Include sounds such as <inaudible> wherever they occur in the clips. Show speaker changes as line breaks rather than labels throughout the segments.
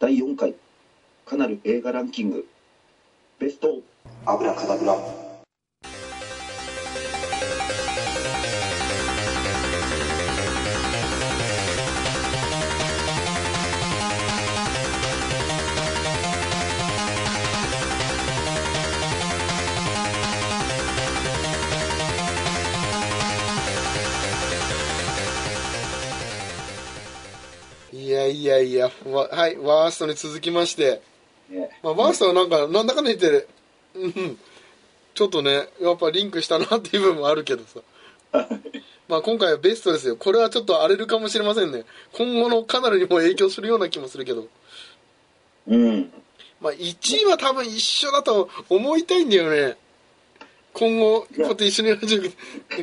第4回かなる映画ランキングベストアブラカダブラ
いやいやいや、わはい、ワーストに続きまして、
ね
まあ、ワーストはなんか、なんだかんだ言って、うん、ちょっとね、やっぱリンクしたなっていう部分もあるけどさ。まあ今回はベストですよ。これはちょっと荒れるかもしれませんね。今後のカナルにも影響するような気もするけど。
うん
まあ1位は多分一緒だと思いたいんだよね。今後、こうやって一緒にやる時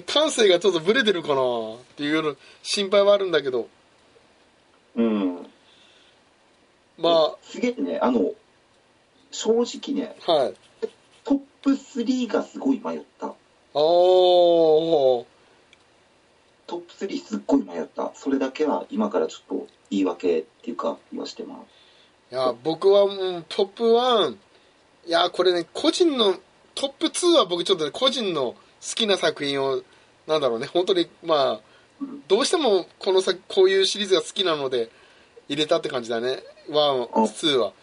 感性がちょっとブレてるかなっていうような心配はあるんだけど。
うん
ます
げえねあの正直ね
あ、はい。
トップ3がすごい迷った
あー。
トップ3すっごい迷ったそれだけは今からちょっと言い訳っていうか言わしてもらう
いや僕はもうトップ1いやこれね個人のトップ2は僕ちょっとね個人の好きな作品をなんだろうね本当にまあどうしてもこの作こういうシリーズが好きなので入れたって感じだね1
うん
2は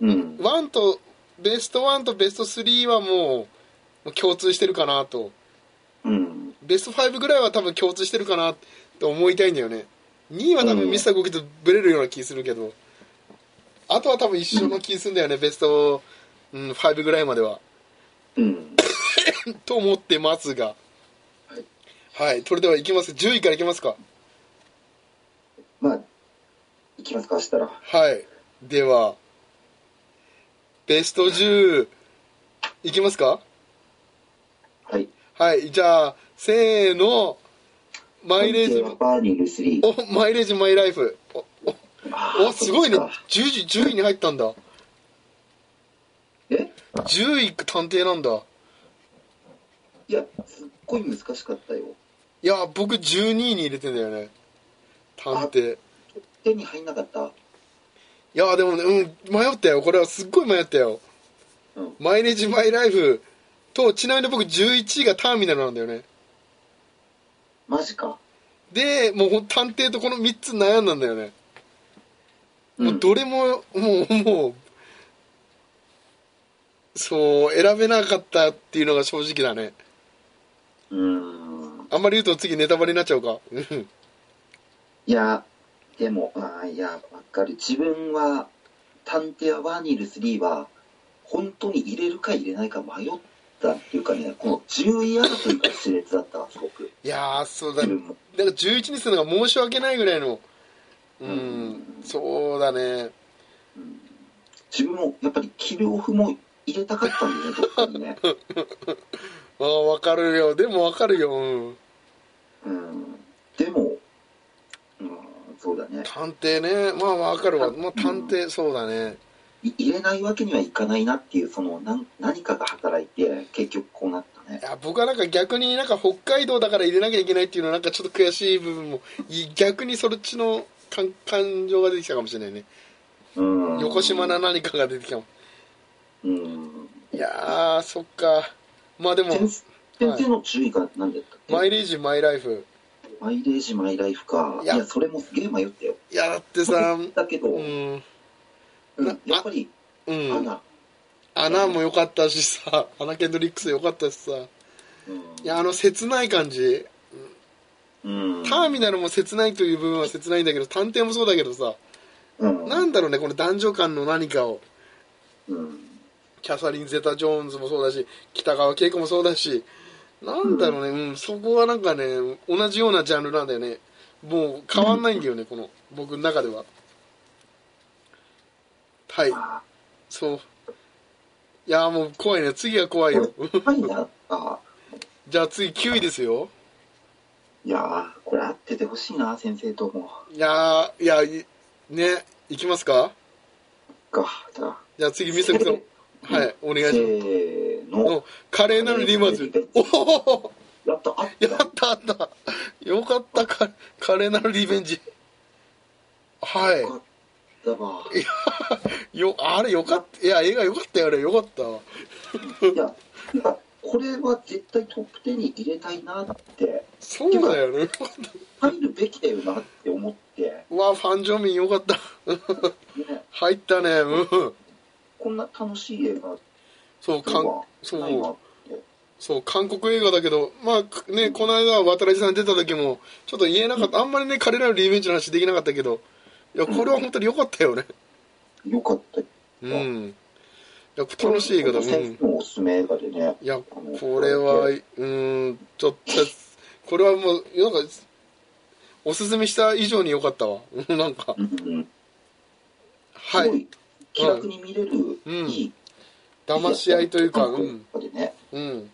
うん
1とベスト1とベスト3はもうもう共通してるかなと
うん
ベスト5ぐらいは多分共通してるかなと思いたいんだよね2位は多
う
分
ん
ミスターゴキとブレるような気するけど、あとは多分一緒の気するんだよね、ベスト、うん、5ぐらいまでは
うん
と思ってますがはいそれではいきます10位からいきますか
まあいきますかしたら
はいではベスト10いきますか
はい
はいじゃあせーのマイレージ
はバーニング3
おマイレージマイライフおおおすごいね
あーそっちか
10時10位に入ったんだ
え
10位探偵なんだ
いやすっごい難しかったよ
いや僕12位に入れてんだよね探偵
手に入んなかった
いやでもね、うん、迷ったよこれはすっごい迷ったよ、
うん
マイレージマイライフとちなみに僕11位がターミナルなんだよね
マジか
でもうほん探偵とこの3つ悩んだんだよね、
う
もうんどれももうもうそう選べなかったっていうのが正直だね
うーん
あんまり言うと次ネタバレになっちゃうかうん
いやでもあーいやわかる自分は探偵はバーニング3は本当に入れるか入れないか迷ったっていうかねこの10位争いが熾烈だったわすごく
いやーそうだ
自
ね
分も
だから11にするのが申し訳ないぐらいのうん、
うん
そうだね
自分もやっぱりキルオフも入れたかったんだよねどっかにね
ああわかるよでもわかるよ、 <laughs> うん、
うんでもうんそうだね
探偵ねまあわかるわ、まあ、探偵そうだね
い入れないわけにはいかないなっていうそのなん何かが働いて結局こうなったね
いや僕はなんか逆になんか北海道だから入れなきゃいけないっていうのはなんかちょっと悔しい部分もい逆にそっちの感感情が出てきたかもしれないね
うん
横島な何かが出てきたも
うん
いやーそっかまあでも
先先生の注意が何だったっけ、
マイレージマイライフ
マイレージマイライフか
い
い
や
やそれもすげえ迷ったよ
いやだってさ
だけど、
う
うん
んな
やっぱり
うん
穴、
穴も良かったしさアナケンドリックス良かったしさ
うん
いやあの切ない感じ
うん
ターミナルも切ないという部分は切ないんだけど探偵もそうだけどさ
うん
なんだろうねこの男女間の何かを
うん
キャサリン・ゼタ・ジョーンズもそうだし北川景子もそうだしなんだろうね、うん、そこはなんかね同じようなジャンルなんだよねもう変わんないんだよねこの僕の中でははい
あ
そういやもう怖いね次は怖いよ
ーはいなあ
じゃあ次9位ですよ
いやーこれ合っててほしいな先生とも
いやーいやいねいきますか
かじゃあ
じゃあ次ミスコさん
<laughs>
はいお願い
せ
し
ー
ます
の
の華麗なるリマズおお
やったあっ
や
た
ったあったよかったか華麗なるリベンジはい <laughs>
だわ
よあれよかったいや映画よかったよあれよかった
いや、なんかこれは絶対トップ10に入れたいなって、
そうだよね
入るべきだよなって思って、
うわファンジョミンよかった
ね、
入ったねうん
こんな楽しい映画
そう
と
かん
は
そう
ないわって。
そう韓国映画だけどまあくねこの間渡辺さん出た時もちょっと言えなかったあんまりね彼らのリベンジの話できなかったけどいやこれは本当に良かったよね
よかった。
うんいや楽しい映画だう
先
ん
生のおすすめ映画でね。
いやこれはうーんちょっとこれはもうなんかおすすめした以上に良かったわうんなんか
うんうん、す
は
ご
い
い気楽に見れる、
うん
いい
騙し合いというかう
韓
ん
国でね、
うん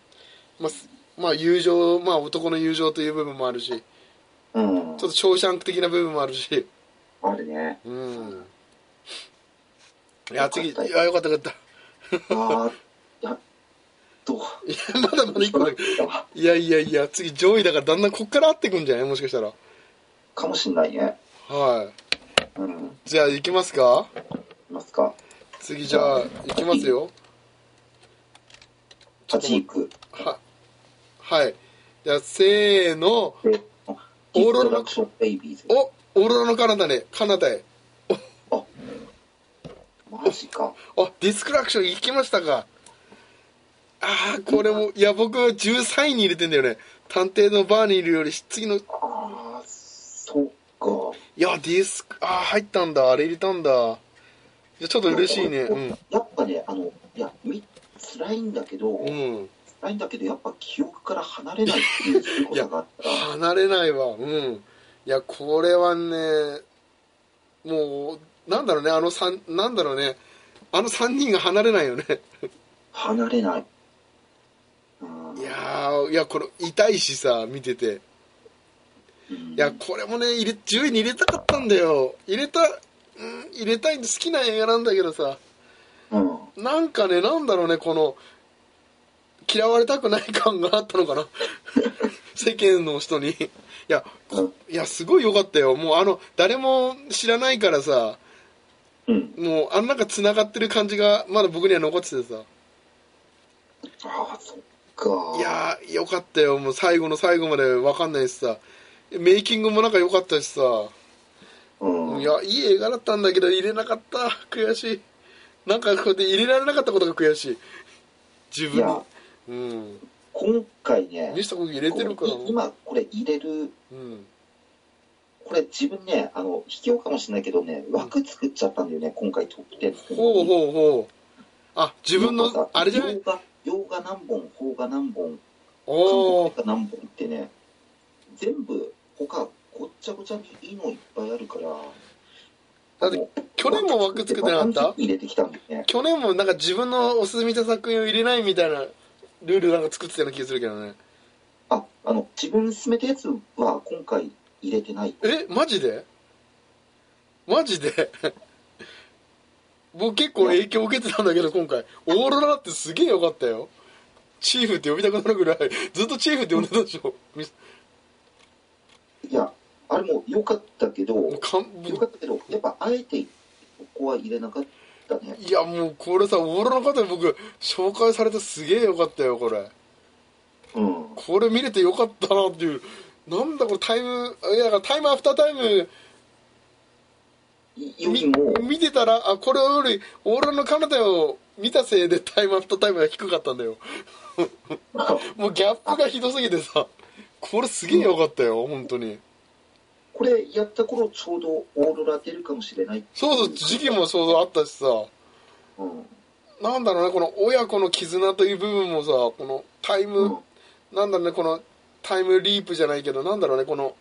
まあすまあ友情まあ男の友情という部分もあるしちょっ
うん、
とショーシャンク的な部分もあるし
あれね、
うんいや次い
よかったよ
やよかったよかった <laughs>
あー、やっと、
いやまだまだ1個だけ
あ
いやいやいや次上位だからだんだんこっから合ってくんじゃないもしかしたら
かもしんないね。
はい
うん、い
じゃあ行きますか
ますか。
次じゃあ行きますよ
8いく。
ははいじゃあせーの
で、
オ
オ
ー
ー
ロ
ロ
ラ
ラクションベイビーズ。
おオーロラの彼方ね彼方へ
マジか。
あディスクラクション行きましたかああこれもいや僕は13位に入れてんだよね探偵のバーにいるより次のい
ああ、そっか。
やディスクああ入ったんだあれ入れたんだいやちょっと嬉しいねうん
やっぱね、あの、いや、み辛いんだけど、
うん
辛いんだけど、やっぱ記憶から離れないっていうそういうことがあったら、
離れないわうんいやこれはねもうなんだろうねあの三なんだろうねあの3人が離れないよね
離れない。うん
いやーいやこれ痛いしさ見てて
うん
いやこれもね入れ10位に入れたかったんだよ入れた、うん、入れたいんで好きな映画なんだけどさ
うん。
なんかねなんだろうねこの嫌われたくない感があったの
<laughs>
かな世間の人にいやこいやすごい良かったよもうあの誰も知らないからさ
うん。
もうあん中つながってる感じがまだ僕には残っててさ
ああ、そっか。
いやーよかったよもう最後の最後まで分かんないしさメイキングもなんか良かったしさ
うん。
いやいい映画だったんだけど入れなかった悔しいなんかこうやって入れられなかったことが悔しい自
い
分
や
にうん
今回ね、
ミスタ君入れてるから
こう今これ入れる、
うん
これ自分ね、あの、卑怯かもしれないけどね、枠作っちゃったんだよね、今回トップ10作るのに
ほうほうほうあ自分
なんか
の
さ
あれじゃない
洋画洋画何本、邦画何本、韓
おお
国映画何本ってね、全部、他、ごっちゃごちゃにいいのいっぱいあるから、
だって去年も枠作ってなかった
入れてきたんだよね。
去年もなんか自分のおすすめした作品を入れないみたいなルールなんか作ってたような気がするけどね
あ、あの、自分進めたやつは今回入れてない。
えマジでマジで僕結構影響受けてたんだけど今回オーロラってすげえよかったよチーフって呼びたくなるぐらいずっとチーフって呼んでたでしょみ
いや、あれも良かったけど、
もうかん
良かったけど、やっぱあえて、ここは入れなかったね。
いやもうこれさオーロラの方に僕紹介されてすげえよかったよこれ
うん。
これ見れてよかったなっていうなんだこれタイムいやだからタイムアフタータイム
いよ
み
りも、 <laughs>
見てたらあこれよりオーロラの彼方を見たせいでタイムアフタータイムが低かったんだよもうギャップがひどすぎてさこれすげえよかったよ本当に
これやった頃ちょうどオーロラ出るかもしれないってい
そうそう時期もそうそうあったしさ
うん
なんだろうねこの親子の絆という部分もさこのタイム、
うん
なんだろうねこのタイムリープじゃないけどなんだろうねこの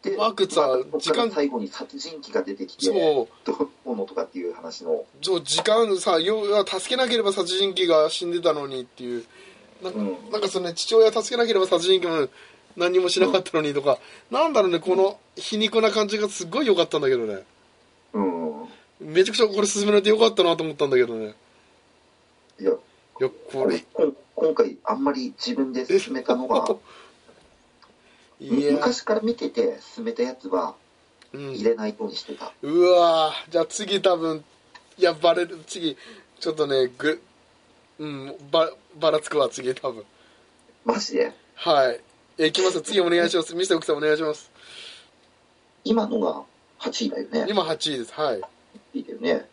で
マークさ
またこっから
時間
最後に殺人鬼が出てきて
そう
どう <laughs> のとかっていう話の
そう時間さ要は助けなければ殺人鬼が死んでたのにっていうなんか,、
うん
なんかそのね父親助けなければ殺人鬼も何もしなかったのにとか、なんだろうねこの皮肉な感じがすごい良かったんだけどね
うん
めちゃくちゃこれ進められてよかったなと思ったんだけどね
いや
いやこれ
こん今回あんまり自分で進めたのが
いや
昔から見てて進めたやつは
うん
入れないようにしてた。
うわーじゃあ次多分いやバレる次ちょっとねぐうんばばらつくわ次多分
マジで
はいえいきます次お願いしますミスター奥さんお願いします
今のが8位だよね。
今8位ですはい
いいだよね。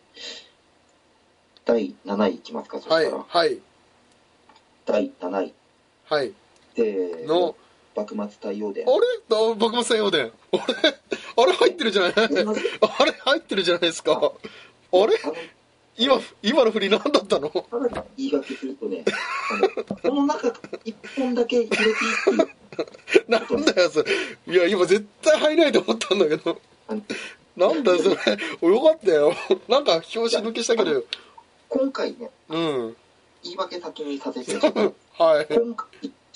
第7位いきますか、そ
は
し
い
たら。
はい
第7位。
はい
で、
の
幕末太陽伝
あ。れあ幕末専用伝あれあれ入ってるじゃないあれ
同じ
入ってるじゃないですかあれ
あの
今今の振り何だったの
ただ言い訳するとね、あのこの中、一本だけ入れていいっていう
なんだよそれいや今絶対入らないと思ったんだけど
あの
なんだよそれよかったよなんか表紙抜けしたけど
今回ね、
うん
言い訳先にさせて、
<laughs>
今
はい。
回、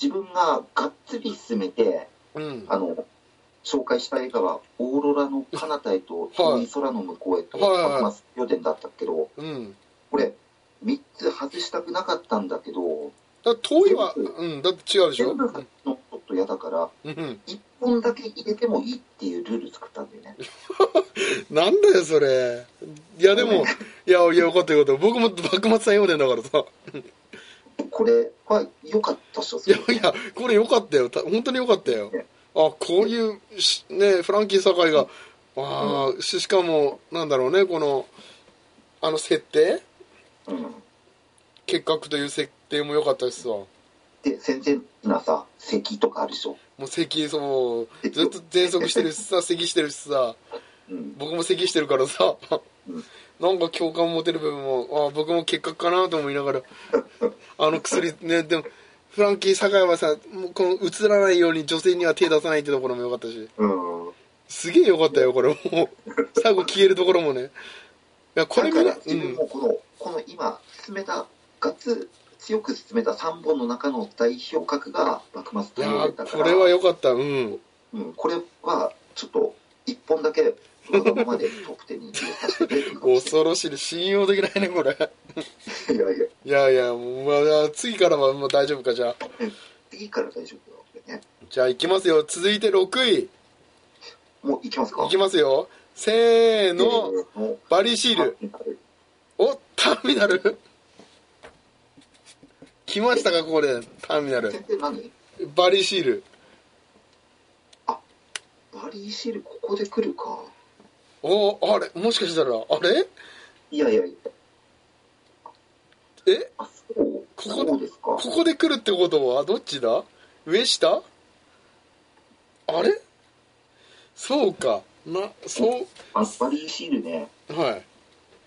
自分ががっつり進めて、
うん。
あの、紹介した映画は、オーロラの彼方へと、遠い空の向こうへと、
はいはい
幕末予定だったけど、
うん。
これ、3つ外したくなかったんだけど、
だ遠いは、うん、だって違うでしょ
全部のちょっと嫌だから、
うん。
1本だけ入れてもいいっていうルール作ったんだよね。
なんだよ、それ。いや、でも、いや、いや、よかったよかった。僕も幕末さん用伝だからさ。
これは良かったっしょ、
いやいや、これよかったよ。た本当によかったよ
ね。
あ、こういうし、ね、フランキー堺が、ああ、ししかも、なんだろうね、この、あの設定
うん
結核という設定も良かったしさ。も
で、全然なさ、咳とかあるでしょ。
う咳、そう、ずっと喘息してるしさ、 <laughs> 咳してるしさ。
うん。
僕も咳してるからさ
うん
なんか共感持てる部分もあ僕も結核かなと思いながらあの薬ねでもフランキー堺はさもうこのうつらないように女性には手出さないってところも良かったし
うん。
すげえ良かったよこれもう最後消えるところもねいやこれ
だ
み
から
んな、う
自分
ん
も、この、この今、進めた、ガツ、強く進めた3本の中の代表格が幕
い
末
や
太陽伝だか
ーこ
ら、
れは良かったうん
うん、これは、ちょっと、1本だけ、このままでトップ10に入れさせていただきまし
恐ろしいね信用できないねこれ
たいやいや、
いやいやもう、まあ、次からはもう大丈夫かじゃあ
いいから大丈夫だよ、これね。
じゃあ行きますよ続いて6位
もう行きますか
行きますよせーの、
せーの
バリーシール。おターミナル来ましたかここでターミナル
先生何
バリーシール
バリーシール、ここで来るか。
おあれもしかしたらあれ
いやいや、
え
あ、そう、
ここ
そうですか
こ。こで来るってことはどっちだ上下あれそうかなそ
あバリーシールね、
うはい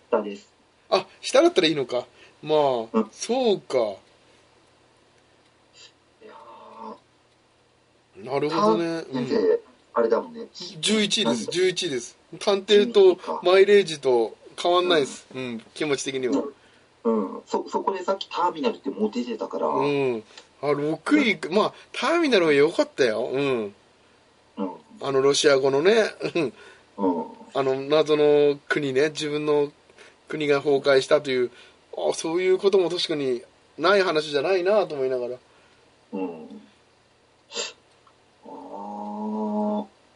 下です。
あ下だったらいいのかま
う
あ
ん
そうか
いや
なる
ー
ほどね、う
先
ん、
生、あれだもんね。
11
な
です
ん
11です探偵とマイレージと変わんないです、うん、気持ち的には
うん、そ、そこでさっきターミナルってもう出てたから、う。
うんん。あ、6位か、まあ、ターミナルは良かったよ。うん。
うん。
あの、ロシア語のね、うん。
うん。
あの、謎の国ね、自分の国が崩壊したという、あそういうことも確かにない話じゃないなと思いながら。
あー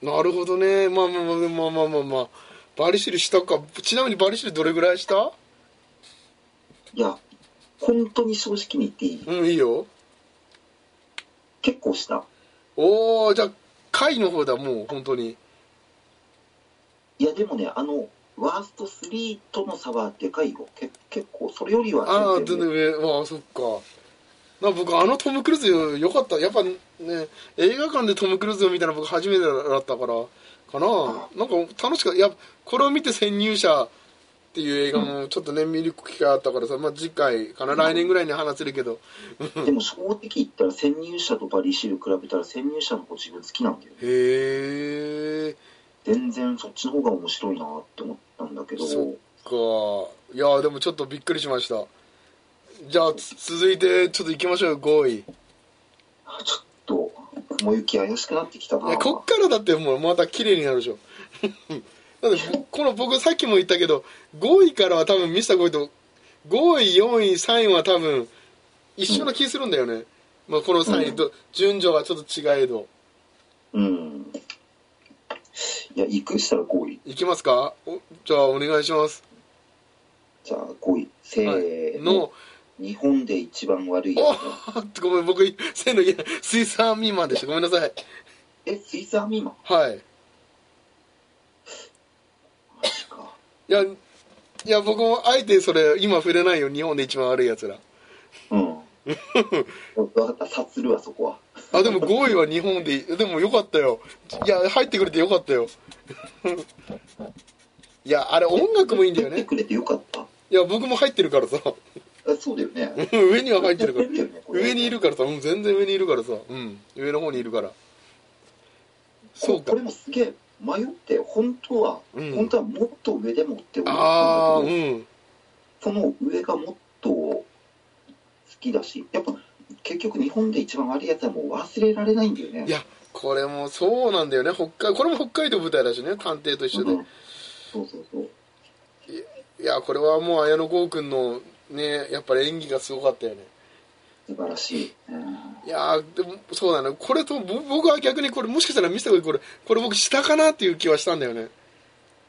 なるほどね。まあまあまあまあまあまあまあ。バリシルしたか。ちなみにバリシルどれぐらいした
いや、本当に正直に言っていい。
うん、いいよ。
結構した。
おー、じゃあ、下位の方だ、もう、本当に。
いや、でもね、あの、ワースト3との差はでかいよ。け結構、それよりは
ああ、
全
全
然
然
ね
上、わあ、そっか。な僕、あのトム・クルーズよ良かった。やっぱね、映画館でトム・クルーズを見たの僕初めてだったから、かな。なんか楽しかった。いや、これを見て潜入者っていう映画もちょっとね、見る機会あったからさ、まあ次回かな、来年ぐらいに話せるけど。
でも正直言ったら、潜入者とバリーシール比べたら、潜入者の方自分好きなんだよね。
へえ、
全然そっちの方が面白いなって思ったんだけど、
そか。いや、でもちょっとびっくりしました。じゃあ、つ続いて、ちょっと行きましょうよ、5位。
あちょっと、雲行き怪しくなってきた
い
な。
やこっからだってもうまた綺麗になるでしょ <laughs> だってぼこの僕さっきも言ったけど5位からは多分ミスター5位と5位4位3位は多分一緒な気するんだよね、まあ、この3位と順序はちょっと違えど
うん。いや、行くしたら5位。
いきますかおじゃあ、お願いします。
じゃあ5位。せーの。
の、 <laughs>
日本で一番悪いや
お
つ。
ーごめん、僕、せーの、いや、水産未満でした。ごめんなさい。
え、水産未満
はい。い
マジか。
や、いや、僕もあえてそれ、今触れないよ。日本で一番悪い奴ら。
<laughs> うん。わかった、察するわ、そこは。
あ、でも5位は日本で、でもよかったよ。いや、入ってくれてよかったよ。いや、あれ音楽もいいんだよ
取って
ね。
くれてよかった。
いや、僕も入ってるからさ。 <laughs>
あそうだよね。
うん上には入ってるから。
よねこれ
上にいるからさ、うん、全然上にいるからさ。うん、上の方にいるから。そうか
これ。もすげえ迷って、本当は、
うん
本当はもっと上でもって思ったん
あ
だ
あ、う
けど、
ん。
その上がもっと好きだし、やっぱ結局日本で一番悪いやつはもう忘れられないんだよね。
いやこれもそうなんだよね。北海、これも北海道舞台だしね。探偵と一緒で
う。んそうそうそう。
いや、これはもう綾野剛くんのね、やっぱり演技がすごかったよね。
素晴らしい。うん
いやーでもそうだねこれとぼ僕は逆にこれもしかしたら見せたこれこれ僕下かなっていう気はしたんだよね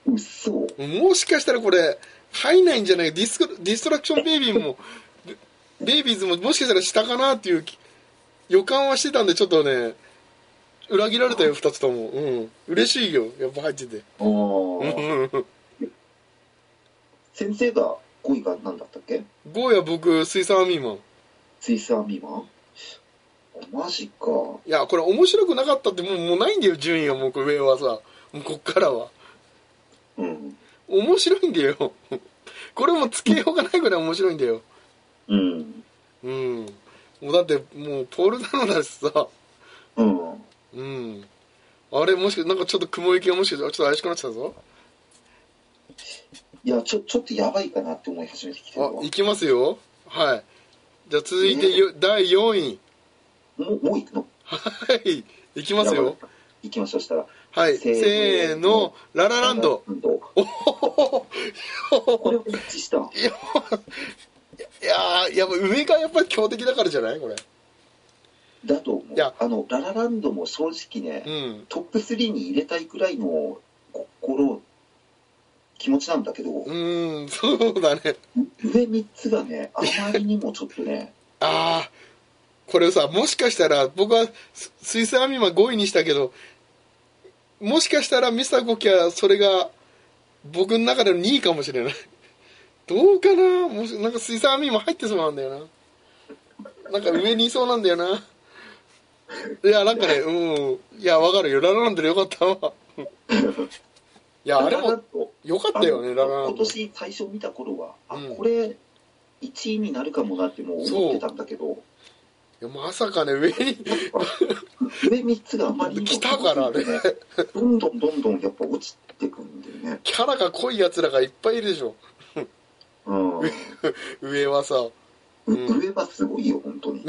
うっそ。
もしかしたらこれ入んないんじゃないディスクディストラクションベイビーも <laughs> ベベイビーズももしかしたら下かなっていう気予感はしてたんでちょっとね裏切られたよ2つともうん嬉しいよやっぱ入ってて
おー
5
先生が5位が何だったっけ
位は僕水産アミーマン
ツイスアミーマンマジか。
いやこれ面白くなかったってもうもうないんだよ順位はもうこれ上はさもうこっからは
うん。
面白いんだよこれもつけようがないぐらい面白いんだよ
うん。
うんもうだってもうポール・ダノだしさ
うん。
うんあれもしかなんかちょっと雲行きがもしかしてちょっと怪しくなってたぞ
いや、ちょ、ちょっとやばいかなって思い始めてきてる
あ
わ。も
行きますよはいじゃあ続いてよ、第4位
う、もう行くの
はい行きますよ。
行きましょう、したら。
はい
せーの
せーのララランド
ラランド。これを一致した。
いやーやっぱ上がやっぱり強敵だからじゃないこれ
だと思う
いや。
あの、ララランドも正直ね、
うん
トップ3に入れたいくらいの心、気持ちなんだけど、
うーんそうだね
上3つがね、あまりにもちょっとね、
ああこれさもしかしたら僕はススイスアミマ5位にしたけどもしかしたらミスターコキはそれが僕の中での2位かもしれない <laughs> どうかなもしなんかスイスアミマ入ってしまうんだよななんか上にいそうなんだよないやなんかねうんいやわかるよララランドでよかったわいやあれ
ラララ
も
ンド
よかったよねラララ
今
ンド
年最初見た頃は、あ、
うん
これ、1位になるかもなってもう思ってたんだけど、
いやまさかね上に
上3つがあまりにも
来たからね
どんどんどんどんやっぱ落ちてくんだよね。
キャラが濃いやつらがいっぱいいるでしょ
うん。
<laughs> 上はさうん
上はすごいよ、本当に。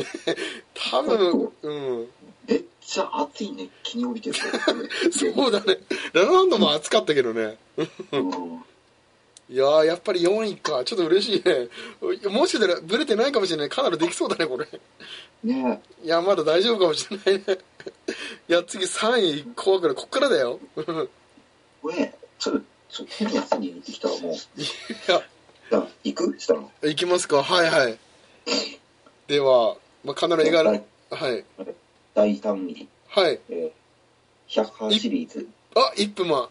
多分うん <laughs>
めっちゃ熱い熱気に降りてるよ。
そうだねララランドも暑かったけどね
うん
いやーやっぱり4位かちょっと嬉しいねもしかしたらブレてないかもしれないかなりできそうだねこれ
ね
いやまだ大丈夫かもしれないね <laughs> いや次3位怖くないこっからだよ
これ、ちょっと、ちょっと変に汗に似てきたらもう、
いや
じゃあ行くしたら。
いきますかはいはいでは、まあ、必ず映画はいはい
第3ミ
はい
えー、100シリーズ。
あイップマン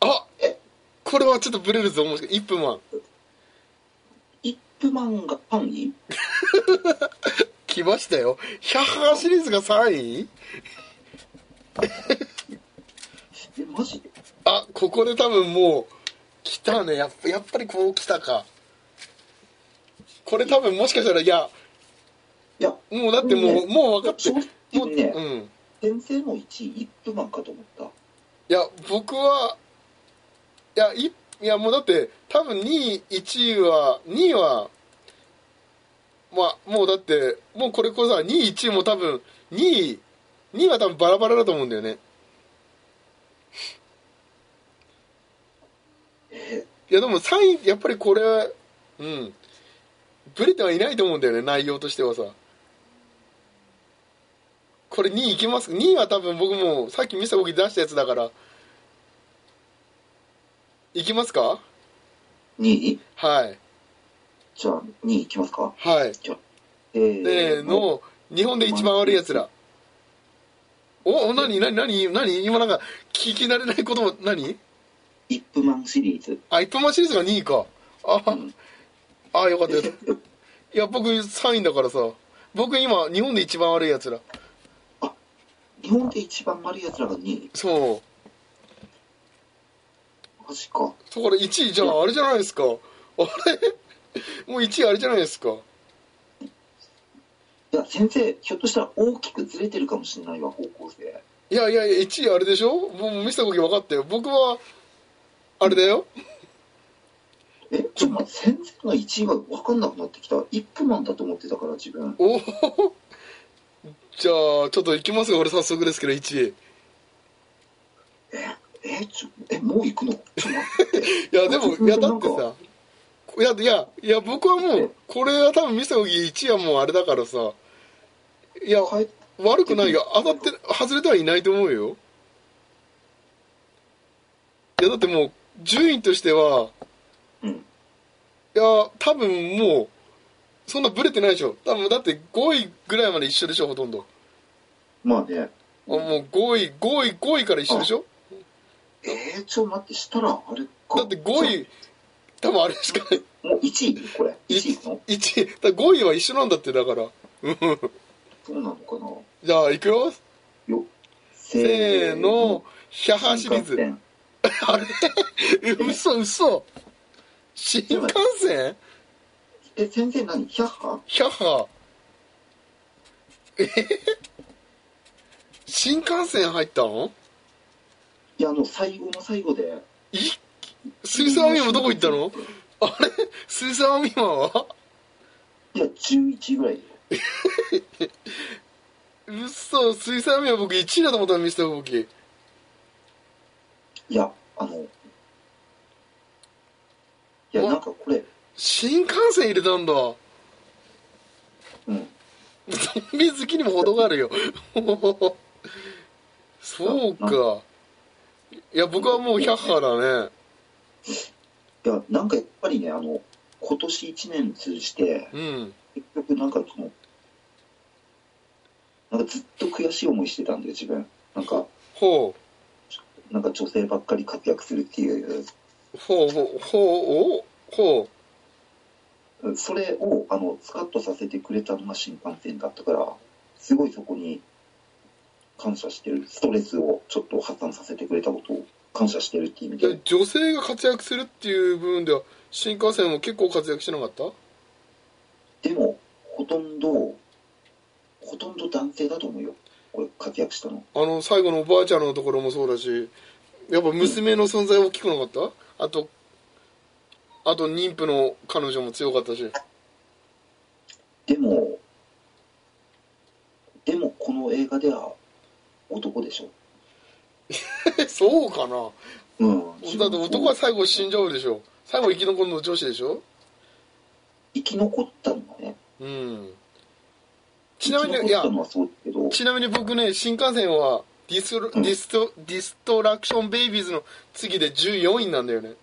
あ
え
これはちょっとブレるぞもしかイップマン
イップマンが3位
来ましたよヒャッハーシリーズが3位
え、マジで
あここで多分もう来たねやっぱやっぱりこう来たかこれ多分もしかしたらいや
いや、
もうだっても
ね
う、もう分かって
正
るも
直
う、
ね
う、ん
先生の1位、イップマンかと思った。
いや僕はいやいいやもうだって多分2位1位は2位はまあもうだってもうこれこそさ2位1位も多分2位2位は多分バラバラだと思うんだよね
え
いやでも3位やっぱりこれはうんブレてはいないと思うんだよね内容としてはさこれ2位いきます2位は多分僕もさっきミスターコキ出したやつだからいきますか
2位
はい。
じゃあ、2位いきますか。
はい。
せ
せー
ーの。
の、日本で一番悪い奴ら。お、お、なになになになに今なんか、聞き慣れないことも、なに
イップマンシリーズ。
あ、一般マンシリーズが2位か。
う
あ、
ん
あ、よかったよかった。いや、僕3位だからさ。僕今、日本で一番悪い奴ら。
日本で一番悪い奴らが2位。
そう。
マジか。
だから1位じゃああれじゃないですかあれもう1位あれじゃないですか
いや、先生、ひょっとしたら大きくずれてるかもしれないわ、方向性。
いやいやいや1位あれでしょもう見せた時分かったよ僕はあれだよ
え、ちょっと待って、先生の1位が分かんなくなってきた。イップマンだと思ってたから、自分。
おおじゃあちょっと行きますよ俺早速ですけど1位
え、ちょ、え、もう行くのちょっと待って。
いやでもいやだってさいやいやいや僕はもうこれは多分見せた時1位はもうあれだからさいや
帰っ
悪くないよ当たって外れてはいないと思うよいやだってもう順位としては
うん。
いや多分もうそんなブレてないでしょ多分だって5位ぐらいまで一緒でしょほとんど
まあね。
あもう5位5位5位から一緒でしょ
えー、ちょっと待って、したら、あれか。
<laughs> だって5位多分あれしかない
もう1位これ。1位いくの
1位だ5位は一緒なんだってだからうん
そうなのかな
じゃあいくよ
よ
せーの、ヒャハシリーズ
新幹
あれ嘘嘘新幹線
線え、先生何ヒャッハ
ヒャッハえ新幹線入ったん
いや、あの、最後の最後で。
い水槽アミマどこ行ったのあれ水槽アミマはい
や、11位ぐらいよ。
嘘水槽アミマ僕1位だと思ったのミスター動き
いや、あの、いや、
お
なんかこれ、
新幹線入れたんだゾ
うん。
<laughs> ンビ好きにも程があるよ <laughs> そうかいや僕はもうヒャッハだね
いや、なんかやっぱりね、あの、今年1年通じて、
うん
結局なんかその、なんかずっと悔しい思いしてたんだよ、自分。なんか、
ほう
なんか女性ばっかり活躍するっていう、
ほうほうほうほ
それをあのスカッとさせてくれたのが新幹線だったからすごいそこに感謝してるストレスをちょっと発散させてくれたことを感謝してるっていう意
う
味
え
で
女性が活躍するっていう部分では新幹線も結構活躍してなかった
でもほとんどほとんど男性だと思うよこれ活躍したの
あの最後のおばあちゃんのところもそうだしやっぱ娘の存在大きくなかった、あとあと妊婦の彼女も強かったし <laughs>
でもでもこの映画では男でしょ
えそうかな
うん
だって男は最後死んじゃうでしょ最後生き残るの女子でしょ
生き残ったのはね
うんちな
生
み
き
にい
残っ
や
たのはそうだけど
ちなみに僕ね新幹線はディスト
うん
ディストディストラクションベイビーズの次で14位なんだよね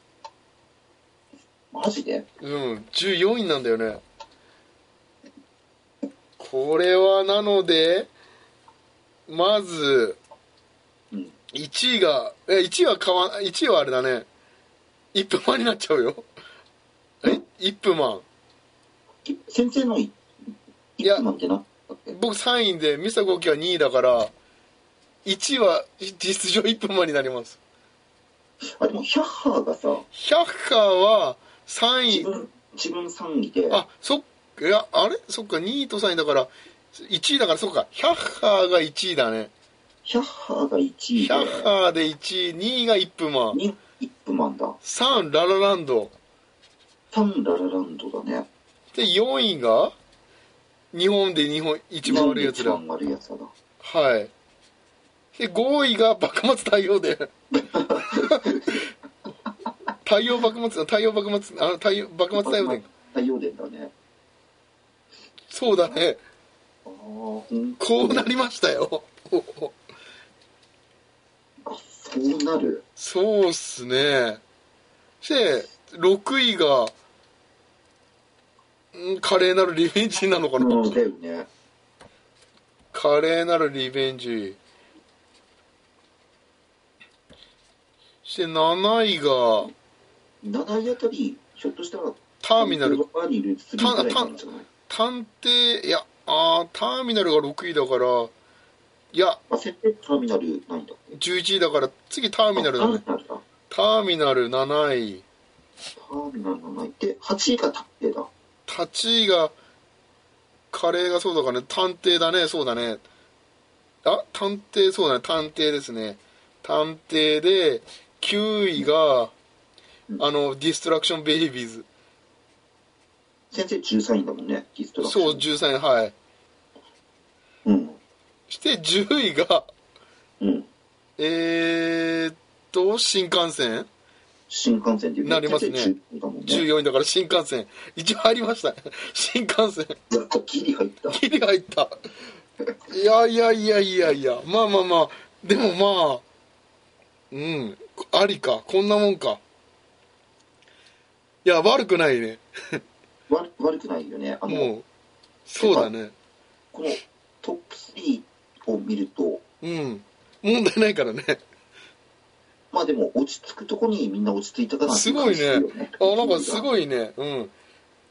マジで
うん、14位なんだよね。これはなので、まず
うん、
1位が、え、1位は変わ、1位はあれだね。1分間になっちゃうよ。え ?1 分間。
き先生のい
い
い
や
つなんてなかったっけ
僕3位で、ミスターゴキは2位だから、1位は実質上1分間になります。
あでもヒャッハーがさ
ヒャッカーは
自
3位、
分自分3位で
あ、そっいや、あれそっか、2位と3位だから、1位だから、そっか、ヒャッハーが1位だね。
ヒャッハーが1位
ヒ
で
ャッハーで1位、2位がイップマン、
2位イップマンだ
3位ララランド、
3ララランドだね
で4位が日本で日本一番悪いやつ
一
だ。
番悪いやつだな
はい。で5位が幕末太陽
<laughs>
で。太陽幕末、太陽幕末、あ太陽幕末太陽で。
太陽伝だね
そうだね。
ああほん
こうなりましたよ。
あそうなる
そうっすね。して、6位が、ん華麗なるリベンジなのかな、
うん、だよね。
華麗なるリベンジ。して7位が、
7位あたり、ひょっとしたら、
ターミナル、
ワニル3ぐらいなんじゃない
探偵、いや、あーターミナルが6位だから、いや、
あ、設定ターミナルなんだっけ
11位だから、次ターミナル
タ
だ
ー
ね
ミ。ナルだ。
ターミナル7位、
ターミナル7位。で、8位が探偵だ。
8位が、カレーがそうだからね、探偵だね、そうだね。あ、探偵、そうだね、探偵ですね。探偵で、9位が、あの、ディストラクションベイビーズ。
先生13位だもんね、ディストラクション
そう、13位、はい。
うん。
して、10位が、
うん。
えーっと、新幹線
新幹線で言うと
なりますね
先生14だもんね。
?14 位だから新幹線。一応入りました。新幹線。
やっとギリ入った。
ギリ入った。いやいやいやいやいや、まあまあまあ、でもまあ、うん、ありか、こんなもんか。いや、悪くないね。
悪悪くないよね。あの、
もう、そうだね。
このトップ3を見ると、
うん。問題ないからね。
まあでも落ち着くとこにみんな落ち着いたかなって
す
いう
ご
感
い
じするよ
ね
ね。。
あ、なんかす
い。
ごいね。うん。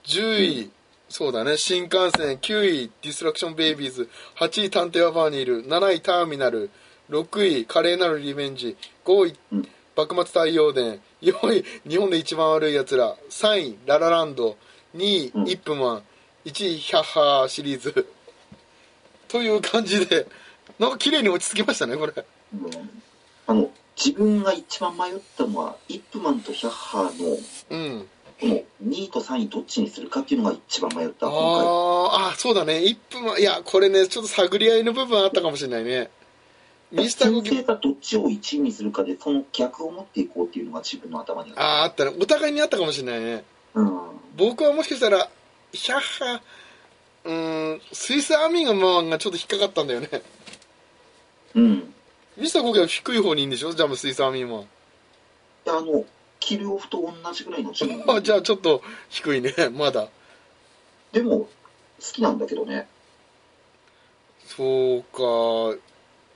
10位、そうだね。新幹線、9位、ディストラクションベイビーズ、8位、探偵はバーニール、7位、ターミナル、6位、華麗なるリベンジ、5位、
うん
幕末太陽伝、4位、日本で一番悪い奴ら、3位、ララランド、2位、
うん
イップマン、1位、ヒャッハーシリーズ。という感じで、なんか綺麗に落ち着きましたね、これ。
うんあの、自分が一番迷ったのは、イップマンとヒャッハーの、
うん。
この2位と3位どっちにするかっていうのが一番迷った、今
あーあ、そうだね、1分はいや、これね、ちょっと探り合いの部分あったかもしれないね。
回。
ミスターゴ
先
キ
生がどっちを1位にするかで、その逆を持っていこうっていうのが自分の頭に
ああ、あったね。お互いにあったかもしれないね。
た。うん。
僕はもしかしたら、ヒャッハ、うーん、スイスアーミーがマンがちょっと引っかかったんだよね。
うん。
ミスターゴキは低い方にいいんでしょジャムスイスアーミーマン。
であの、キルオフと同じぐらいの順
<laughs> あ
位。
じゃあちょっと低いね、 <laughs> まだ。
でも、好きなんだけどね。
そうか。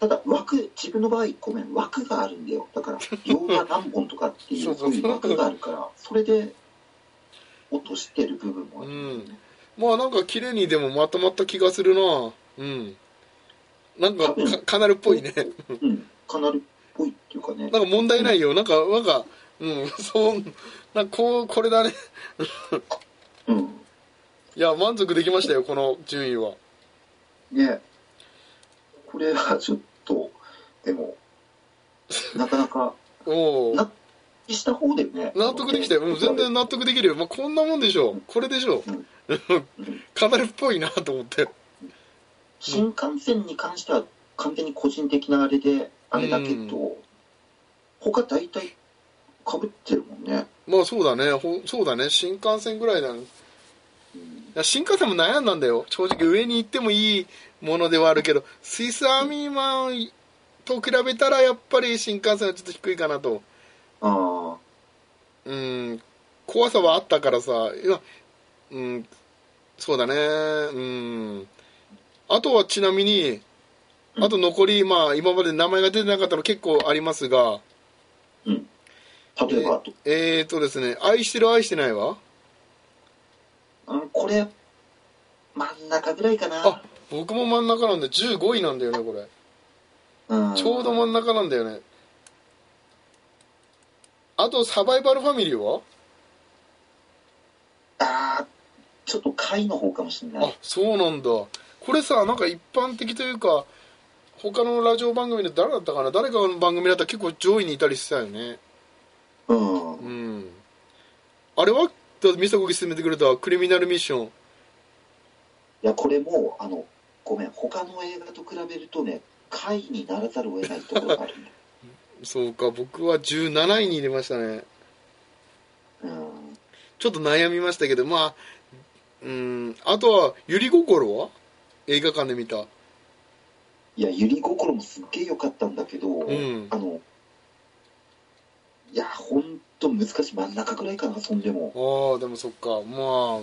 ただ枠、自分の場合、ごめん、枠があるんだよ。だ
<laughs>
から、洋画何本とかってい
そう
う、
か
そういう枠があるから、それで落としてる部分もあるんだよね。
まあなんか綺麗にでもまとまった気がするな。うん。なんかか、カナルっぽいね。
うん、カナルっぽいっていうかね。
なんか問題ないよ。なんか、なんか、うん、そう、なんかこう、これだね。
うん。
いや、満足できましたよ、この順位は。
ねこれはちょっと、でも、なかなか、
おお。
なした方だよね。
納得できたよ。うん、全然納得できるよ。まあ、こんなもんでしょう。 <laughs> これでしょ
うん
う。カナルっぽいなと思って。
新幹線に関しては完全に個人的なあれであれだけど、他大体かぶってるもんね、
まあ、そうだね。ほそうだね。新幹線ぐらいだね。いや新幹線も悩んだんだよ。正直、上に行ってもいいものではあるけど、スイスアーミーマンと比べたら、やっぱり新幹線はちょっと低いかなと。
ああ
うん、怖さはあったからさ、いや、うん、そうだね、うん。あとはちなみに、あと残り、まあ、今まで名前が出てなかったの結構ありますが、
うん例えば、と
えーとですね、愛してる愛してないは
うんこれ真ん中ぐらいか
あ
な、
僕も真ん中なんで、15位なんだよね、これ。
うん、
ちょうど真ん中なんだよね。あと、サバイバルファミリーは
ああちょっと下位の方かもしれな
あ
い
そうなんだこれさなんか一般的というか他のラジオ番組で誰だったかな誰かの番組だったら結構上位にいたりしたよね
うん、
うんあれはだミサコキ進めてくれたクリミナルミッション
いやこれもあのごめん他の映画と比べるとね下位にならざるを得ないところがあ
<laughs>
るんだ
そうか僕は17位に入れましたね
うん
ちょっと悩みましたけどまあうんあとは「ゆり心」は映画館で見た
いやゆり心もすっげえ良かったんだけど、
うん
あのいや本と難しい真ん中ぐらいかなそんでも
ああでもそっかまあ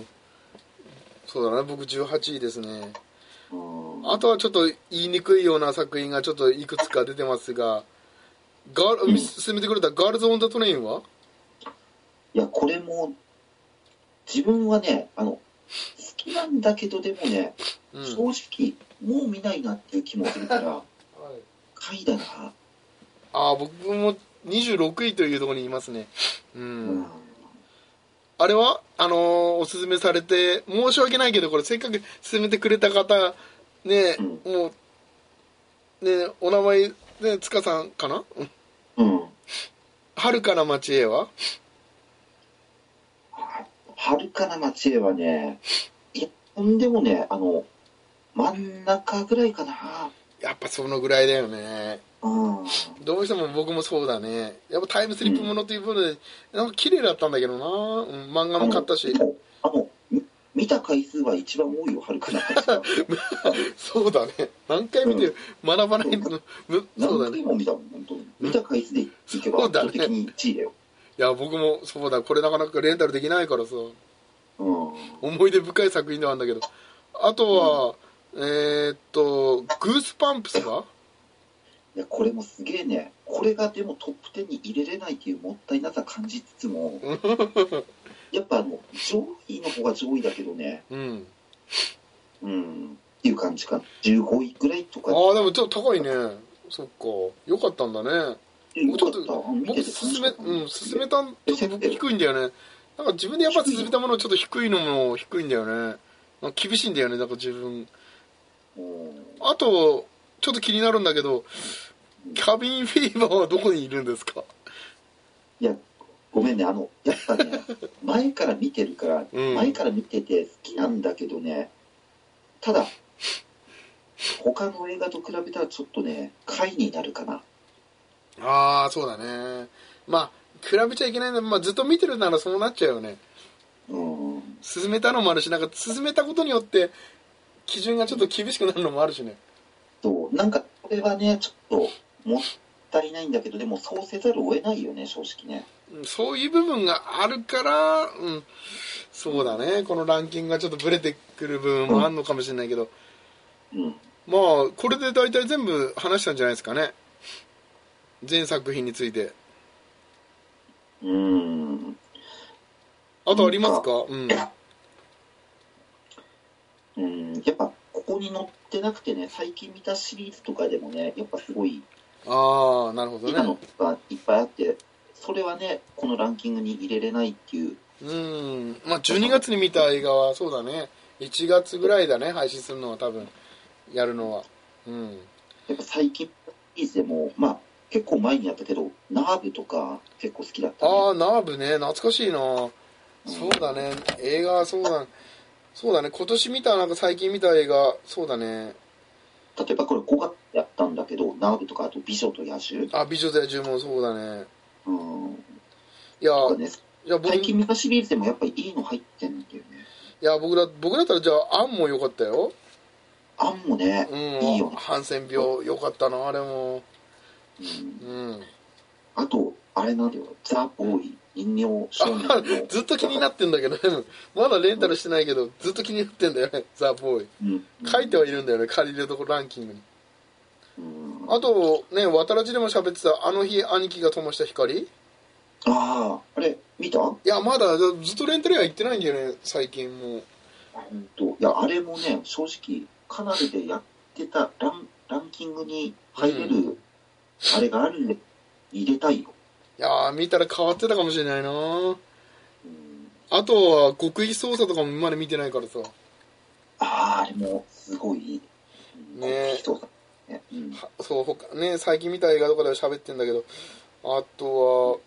そうだね僕18位ですね
うん
あとはちょっと言いにくいような作品がちょっといくつか出てますがガール
うん
進めてくれたガールズ・オン・ザ・トレインはい
やこれも自分はねあの好きなんだけどでもね、
うん
正直もう見ないなっていう気もするから
<laughs>
買いだな
ああ僕も26位というところにいますねう、
うんん
あれはあのーおすすめされて申し訳ないけどこれせっかく勧めてくれた方ね
う
もうねお名前ね塚さんかなうん
うん
春から町へは
遥かな町へはねいやほんでもねあの真ん中ぐらいかな
やっぱそのぐらいだよね
うん
どうしても僕もそうだねやっぱタイムスリップものということで、なんか綺麗だったんだけどな、うん漫画も買ったし
あのあのみ見た回数は一番多いよ遥かな町は
そうだね何回見て学ばないの、むそう
何
だね
回も見たもん本当に見た回数でいけば
そう
圧
だね
倒的に1位だよ
いや僕もそうだこれなかなかレンタルできないからさ
うん
思い出深い作品ではあるんだけどあとは、えーっとグースパンプスか
いやこれもすげえねこれがでもトップ10に入れれないっていうもったいなさ感じつつ <laughs> もやっぱあの上位の方が上位だけどね
うん
うんっていう感じかな15位ぐらいと
あ
か
あでもちょっと高いねそっかよかったんだね
でよ
ち
か
ょ
っ
っと
たうん見て
僕
て楽
勧
し
め
かった
うん勧めたんちょっと僕
え
低いんだよねなんか自分でやっぱ勧めたものちょっと低いのも低いんだよねなんか厳しいんだよねなんか自分
うん
あとちょっと気になるんだけどキャビンフィーバーはどこにいるんですか
いやごめんねあのやっぱ
<laughs>
ね前から見てるから、
うん
前から見てて好きなんだけどねただ他の映画と比べたらちょっとね回になるかな
ああそうだねまあ比べちゃいけないんだ、まあ、ずっと見てるならそうなっちゃうよね
うん
進めたのもあるしなんか進めたことによって基準がちょっと厳しくなるのもあるしね
そうなんかこれはねちょっともったいないんだけどでもそうせざるを得ないよね正直ね
うんそういう部分があるから、うん、そうだねこのランキングがちょっとブレてくる部分もあるのかもしれないけど、
うん
まあこれで大体全部話したんじゃないですかね全作品について
うーん
あとありますかうん
うんやっぱここに載ってなくてね最近見たシリーズとかでもねやっぱすごい
ああなるほど
好きな
ね
のがいっぱいあってそれはねこのランキングに入れれないっていう
うんまあ12月に見た映画はそうだね1月ぐらいだね配信するのは多分やるのはうん
やっぱ最近シリーズでもまあ結構前にやったけどナーブとか結構好きだった、ね、
ああナーブね懐かしいなそうだね映画そうだそうだね今年見たなんか最近見た映画そうだね
例えばこれ5月やったんだけどナーブとかあと「美女と野獣
あ美女と野獣もそうだね」
うん
いや
とかね
いや僕
最
い
近見たシリーズでもやっぱりいいの入ってんだよね
や僕だ僕だったらじゃあアンも良かったよ
あんもね、
うん
いいよね、
ハンセン病良かったなあれも
うん
うん
あとあれなんだよザ・ボーイ飲料少年
あ
の
<laughs> ずっと気になってんだけどね <laughs> まだレンタルしてないけどずっと気になってんだよねザ・ボーイ
うん
書いてはいるんだよね借りるとこランキングに
うんあ
あとね渡らじでも喋ってたあの日兄貴が灯した光
あーあれ見た
いや、まだずっとレンタル屋行ってないんだよね、最近もう。
本当いやあれもね正直カナダでやってたランランキングに入れる、
う
あれがあるんで入れたいよ、
いやー、見たら変わってたかもしれないな
うん、
あとは、極秘捜査とかもまだ見てないからさ。
あああれもすごい
ねえ
そうだね、うん、
はそう、他、ね、最近見た映画とかでは喋ってんだけど、あとは、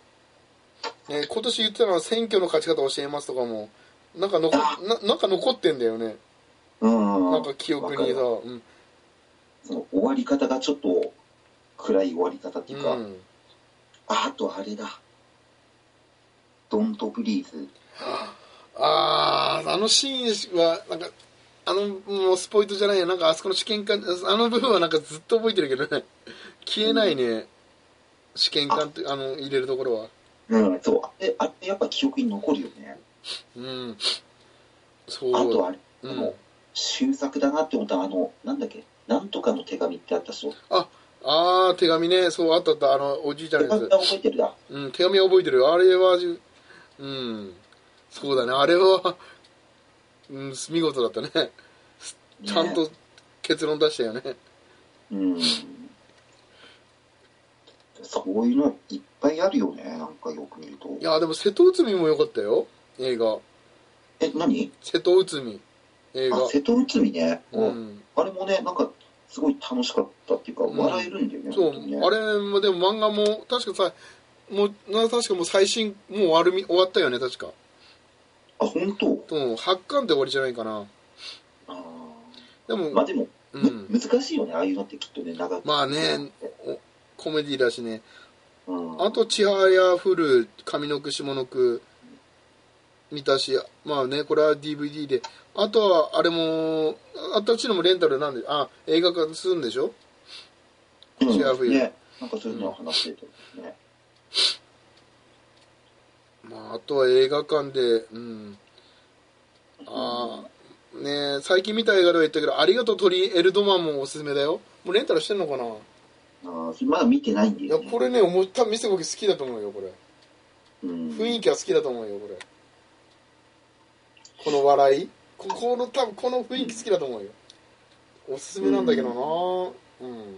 ね、今年言ってたのは選挙の勝ち方教えますとかも、なんか残、ななんか残ってんだよね。
うん
なんか記憶にさ、
わかる
うん。
その終わり方がちょっと暗い終わり方っていうか、
うん。
ああとあれだドントブリーズ
あー、あのシーンは、なんか、あの、もうスポイトじゃないや、なんかあそこの試験官、あの部分はなんかずっ <laughs> と覚えてるけどね、消えないね、試験官って、あの、入れるところは。
うん、そう。あれ、あれってやっぱ記憶に残るよね。
うん
あ
そう
とあれ、
う
も
ん
う、終作だなって思ったのはあの、なんだっけ、なんとかの手紙ってあったそう。
ああ手紙ねそうあったあったあのおじいちゃん
手
の
紙
やつ
は覚えてるだ。
うん、手紙は覚えてる。あれはじゅ、うん、そうだね。あれは、 <laughs> うん、見事だったね。
ね
ちゃん。と結論出したよね。
うん。そういうのいっぱいあるよね、なんかよく見ると。
いや、でも瀬戸内海も良かったよ。映画。
え、何
瀬戸内海。映
あ
画、。
瀬戸内海ね。
う
うん
ん。
あれもね、なんか、すごい楽しかったっていうか、
うん
笑えるんだよね、
そう、
本当にね
あれも、でも漫画も、確かさ、もう、な確かもう最新、もう終わるみ、終わったよね、確か。
あ、本当
うん、8巻で終わりじゃないかな。
あ
で
ーまあ
も、
でも、
う
む
ん。
難しいよね、ああいうのってきっとね、長く。
まあね、コメディだしね。
うん、
あと、千早降る、上の句、下の句、見たし、まあね、これは DVD で、あとは、あれも、あったうちのもレンタルなんで、あ、映画化するんでしょ
うん
シェアフィール
ね、なんかそういうのを話してて、ね。
まあ、あとは映画館で、うん。ああ、ねえ最近見た映画では言ったけど、ありがとう鳥エルドマンもおすすめだよ。もうレンタルしてんのかな
あーまだ見てないんだ
いや
よ、ね。
これね、思った、見せ僕好きだと思うよ、これ。
うん、
雰囲気は好きだと思うよ、これ。この笑いここの、多分この雰囲気好きだと思うよ。おすすめなんだけどなうん。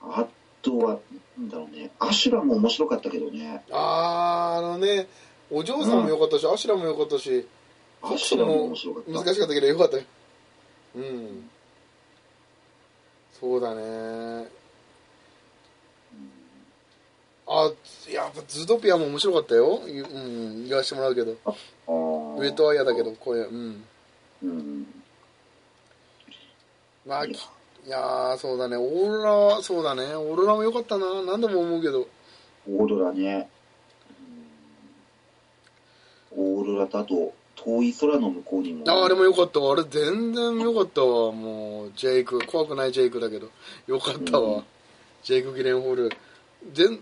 あとは、なんだろうね、アシュラも面白かったけどね。
あー、あのね、お嬢さんも良かったし、アシュラも良かったし、
アシュラも面白かった。
難しかったけど良かったよ。うん。そうだね。あ、やっぱズドピアも面白かったよ。いうん、言わせてもらうけど。
あー
上戸彩だけ。ど、これ、うん。
うん。
まあ、
いや
いやーそうだねオーロラはそうだねオーロラも良かったな何度も思うけど
オーロラね。うんオーロラだと、遠い空の向こうにも。
あーあれも良かったわあれ全然良かったわもうジェイク怖くないジェイクだけど良かったわ、
うん
ジェイク・ギレンホール全いや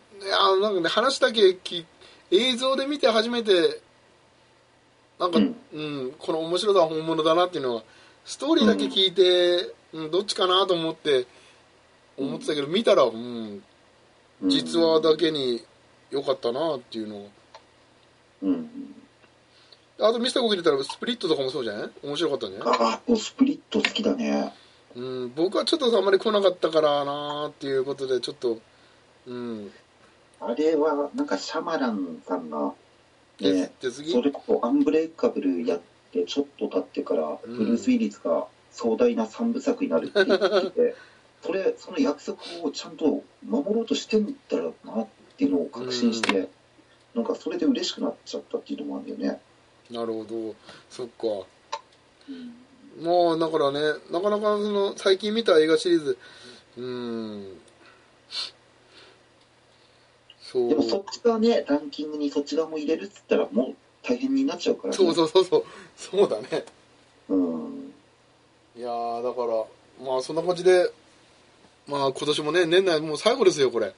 ーなんかね話だけ聞映像で見て初めてなんか、う
うんん
この面白さは本物だなっていうのはストーリーだけ聞いて、うんどっちかなと思って思ってたけど見たら、うん、
うん
実話だ。けに良かったなっていうのは
うん。
あとミスターコキ入れたらスプリットとかもそうじゃない面白かったんじゃない
ああ、スプリット好きだね。
うん、僕はちょっとあんまり来なかったからなーっていうことで、ちょっと、うん、
あれは、なんかシャマランさんが、
で
ね、
で次
そ、れこそアンブレイカブルやってちょっと経ってから、
うん
ブルース・ウィリスが壮大な三部作になるって言ってて、それ、その約束をちゃんと守ろうとしてんだろうなっていうのを確信して、なんかそれで嬉しくなっちゃったっていうのもあるんだよね。
なるほど、そっか。まあ、だからね、なかなかその、最近見た映画シリーズ、うん、そう
でもそっち側ね、ランキングにそっち側も入れるっつったらもう大変になっちゃうからね。
そうそうそうそう、そうだね。
うん。
いやー、だから、まあ、そんな感じで、まあ、今年もね、年内もう最後ですよ、これ。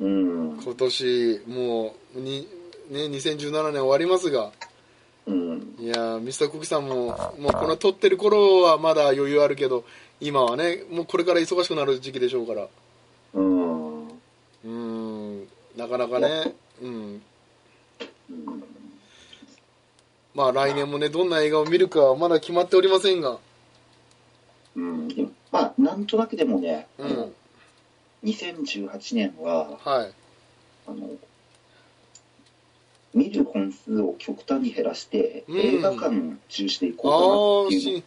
うん。
今年もうに、ね、2017年終わりますが
うん。
いやーミスターコキさんももうこの撮ってる頃はまだ余裕あるけど今はねもうこれから忙しくなる時期でしょうから
うん。
うーんなかなかね、うん、まあ来年もねどんな映画を見るかはまだ決まっておりませんが
うん。でもまあ、なんとなくでもね、
う
あの
ん
2018年は、
はい
あの、見る本数を極端に減らして、
うん
映画館重視でい
あ
こう
あ
かなっていう
し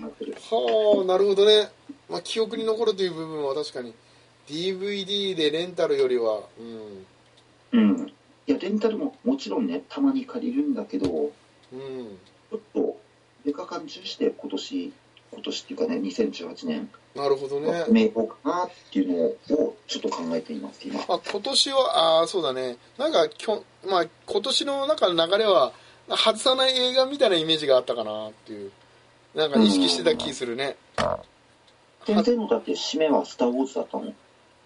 のを考えてる。
はあなるほどね、まあ、記憶に残るという部分は確かに DVD でレンタルよりはう
うん。いや、レンタルももちろんね、たまに借りるんだけど、ちょ
んうん
っと映画館重視で今年、今年っていうかね、2018年、
なるほどね
名簿かなっていうのをちょっと考えています、今。
まあ、今年は、あーそうだね、なんかきょ、まあ、今年の中の流れは、外さない映画みたいなイメージがあったかなっていう、なんか意識してた気するね。
先生のだって締めはスター・ウォーズだったもん。
い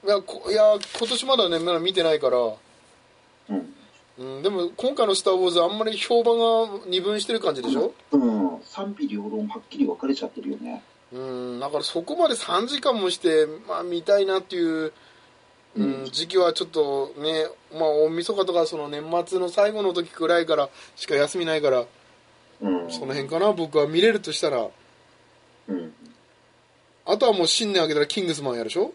やこいや今年まだねまだ見てないから、
うん。
うん、でも今回の「スター・ウォーズ」あんまり評判が二分してる感じでしょ
うん。賛否両論はっきり分かれちゃってるよね。
うんだからそこまで3時間もして、まあ、見たいなっていう、うん
うん
時期はちょっとね、まあ、大晦日とかその年末の最後の時くらいからしか休みないから
うん。
その辺かな僕は見れるとしたら
うん。
あとはもう新年明けたら「キングスマン」やるでしょ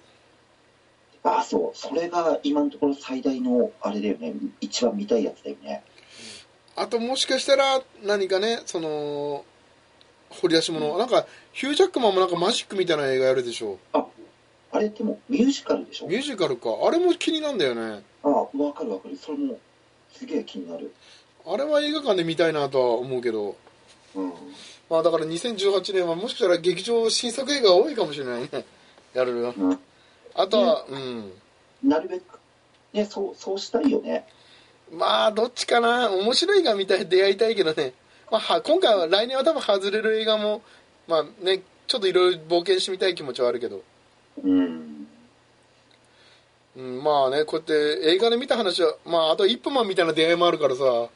ああ、そう。それが今のところ最大の、あれだよね。一番見たいやつだよね。
あともしかしたら何かねその掘り出し物、なんかヒュージャックマンもなんかマジックみたいな映画やるでしょ
あれってもうミュージカルでしょ
ミュージカルかあれも気になんだよね
ああ、分かる分かる。それもすげえ気になる。
あれは映画館で見たいなとは思うけど
うん。
まあだから2018年はもしかしたら劇場新作映画が多いかもしれないね <laughs> やるな
うん、
あとは、うん
なるべく、ね、そう、そうしたいよね。
まあどっちかな面白い映画見たい出会いたいけどね、まあ、は今回は来年は多分外れる映画もまあねちょっといろいろ冒険してみたい気持ちはあるけど、
うん。
うん、まあねこうやって映画で見た話はまああと一分マンみたいな出会いもあるからさ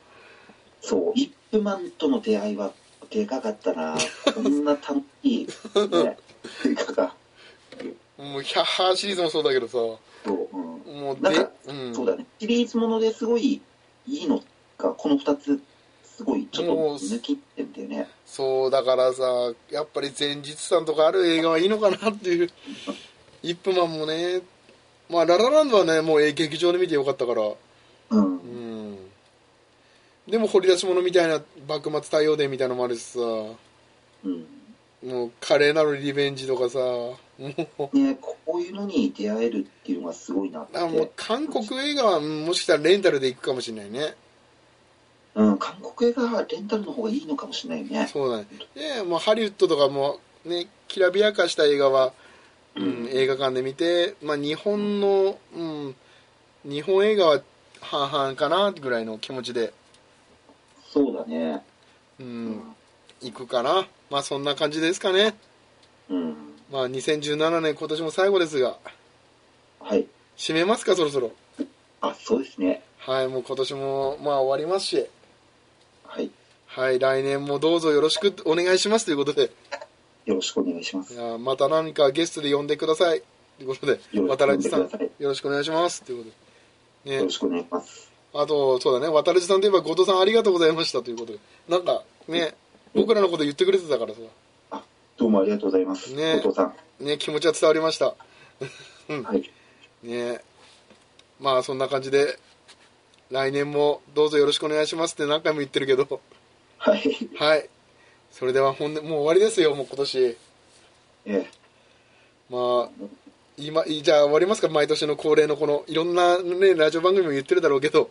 そう、イップマンとの出会いはでかかったな。こんな楽 <laughs> しい、ね、映画が。
もうヒャッハーシリーズもそうだけどさも
そう、うん。
う
なん
で
か、
うん、
そうだね。シリーズものですごいいいのが、この二つ、すごいちょっと
もう
抜きってんだよね。
そうだからさやっぱり前日さんとかある映画はいいのかなっ
<laughs>
ていう一分マンもねまあララランドはねもうえ劇場で見てよかったから
う。
うんんでも掘り出し物みたいな幕末太陽伝みたいなのもあるしさも
うん。
う華麗なるリベンジとかさもう
ね、こういうのに出会えるっていうのがすごいなって。
あもう韓国映画はうんもしかしたらレンタルで行くかもしれないね
うん、韓国映画レンタルの方がいいのかもしれないよね。
そうだねでもうハリウッドとかもねきらびやかした映画は、うん映画館で見て、まあ、日本の、うん、日本映画は半々かなぐらいの気持ちで、
そうだね。
う
うんん。
行くかなまあそんな感じですかね
うん。
まあ2017年今年も最後ですが
はい。
締めますかそろそろ
あ、そうですね。
はいもう今年もまあ終わりますし
はい。
はい来年もどうぞよろしくお願いしますということで
よろしくお願いしま
い
す。
やまた何かゲストで呼んでくださいということで
よろしく
渡
お願
辺
いして
さ
く
ん
ださい。
よろしくお願いしますということで、
よ
ね
ろ、しくお願いします。
あとそうだね渡辺さんといえば後藤さんありがとうございましたということでなんかね僕らのこと言ってくれてたからさ
どうもありがとうございます。
ね
お父さん。
ね気持ちは伝わりました
はい。
ねまあそんな感じで来年もどうぞよろしくお願いしますって何回も言ってるけど <laughs>
はい。
はいそれでは本音もう終わりですよもう今年
え
まあ今いじゃあ終わりますか毎年の恒例のこのいろんなねラジオ番組も言ってるだろうけど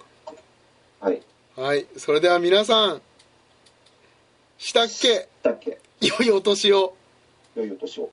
えはい。
はいそれでは皆さんしたっけ
だっけ
良いお年を
良いお年を。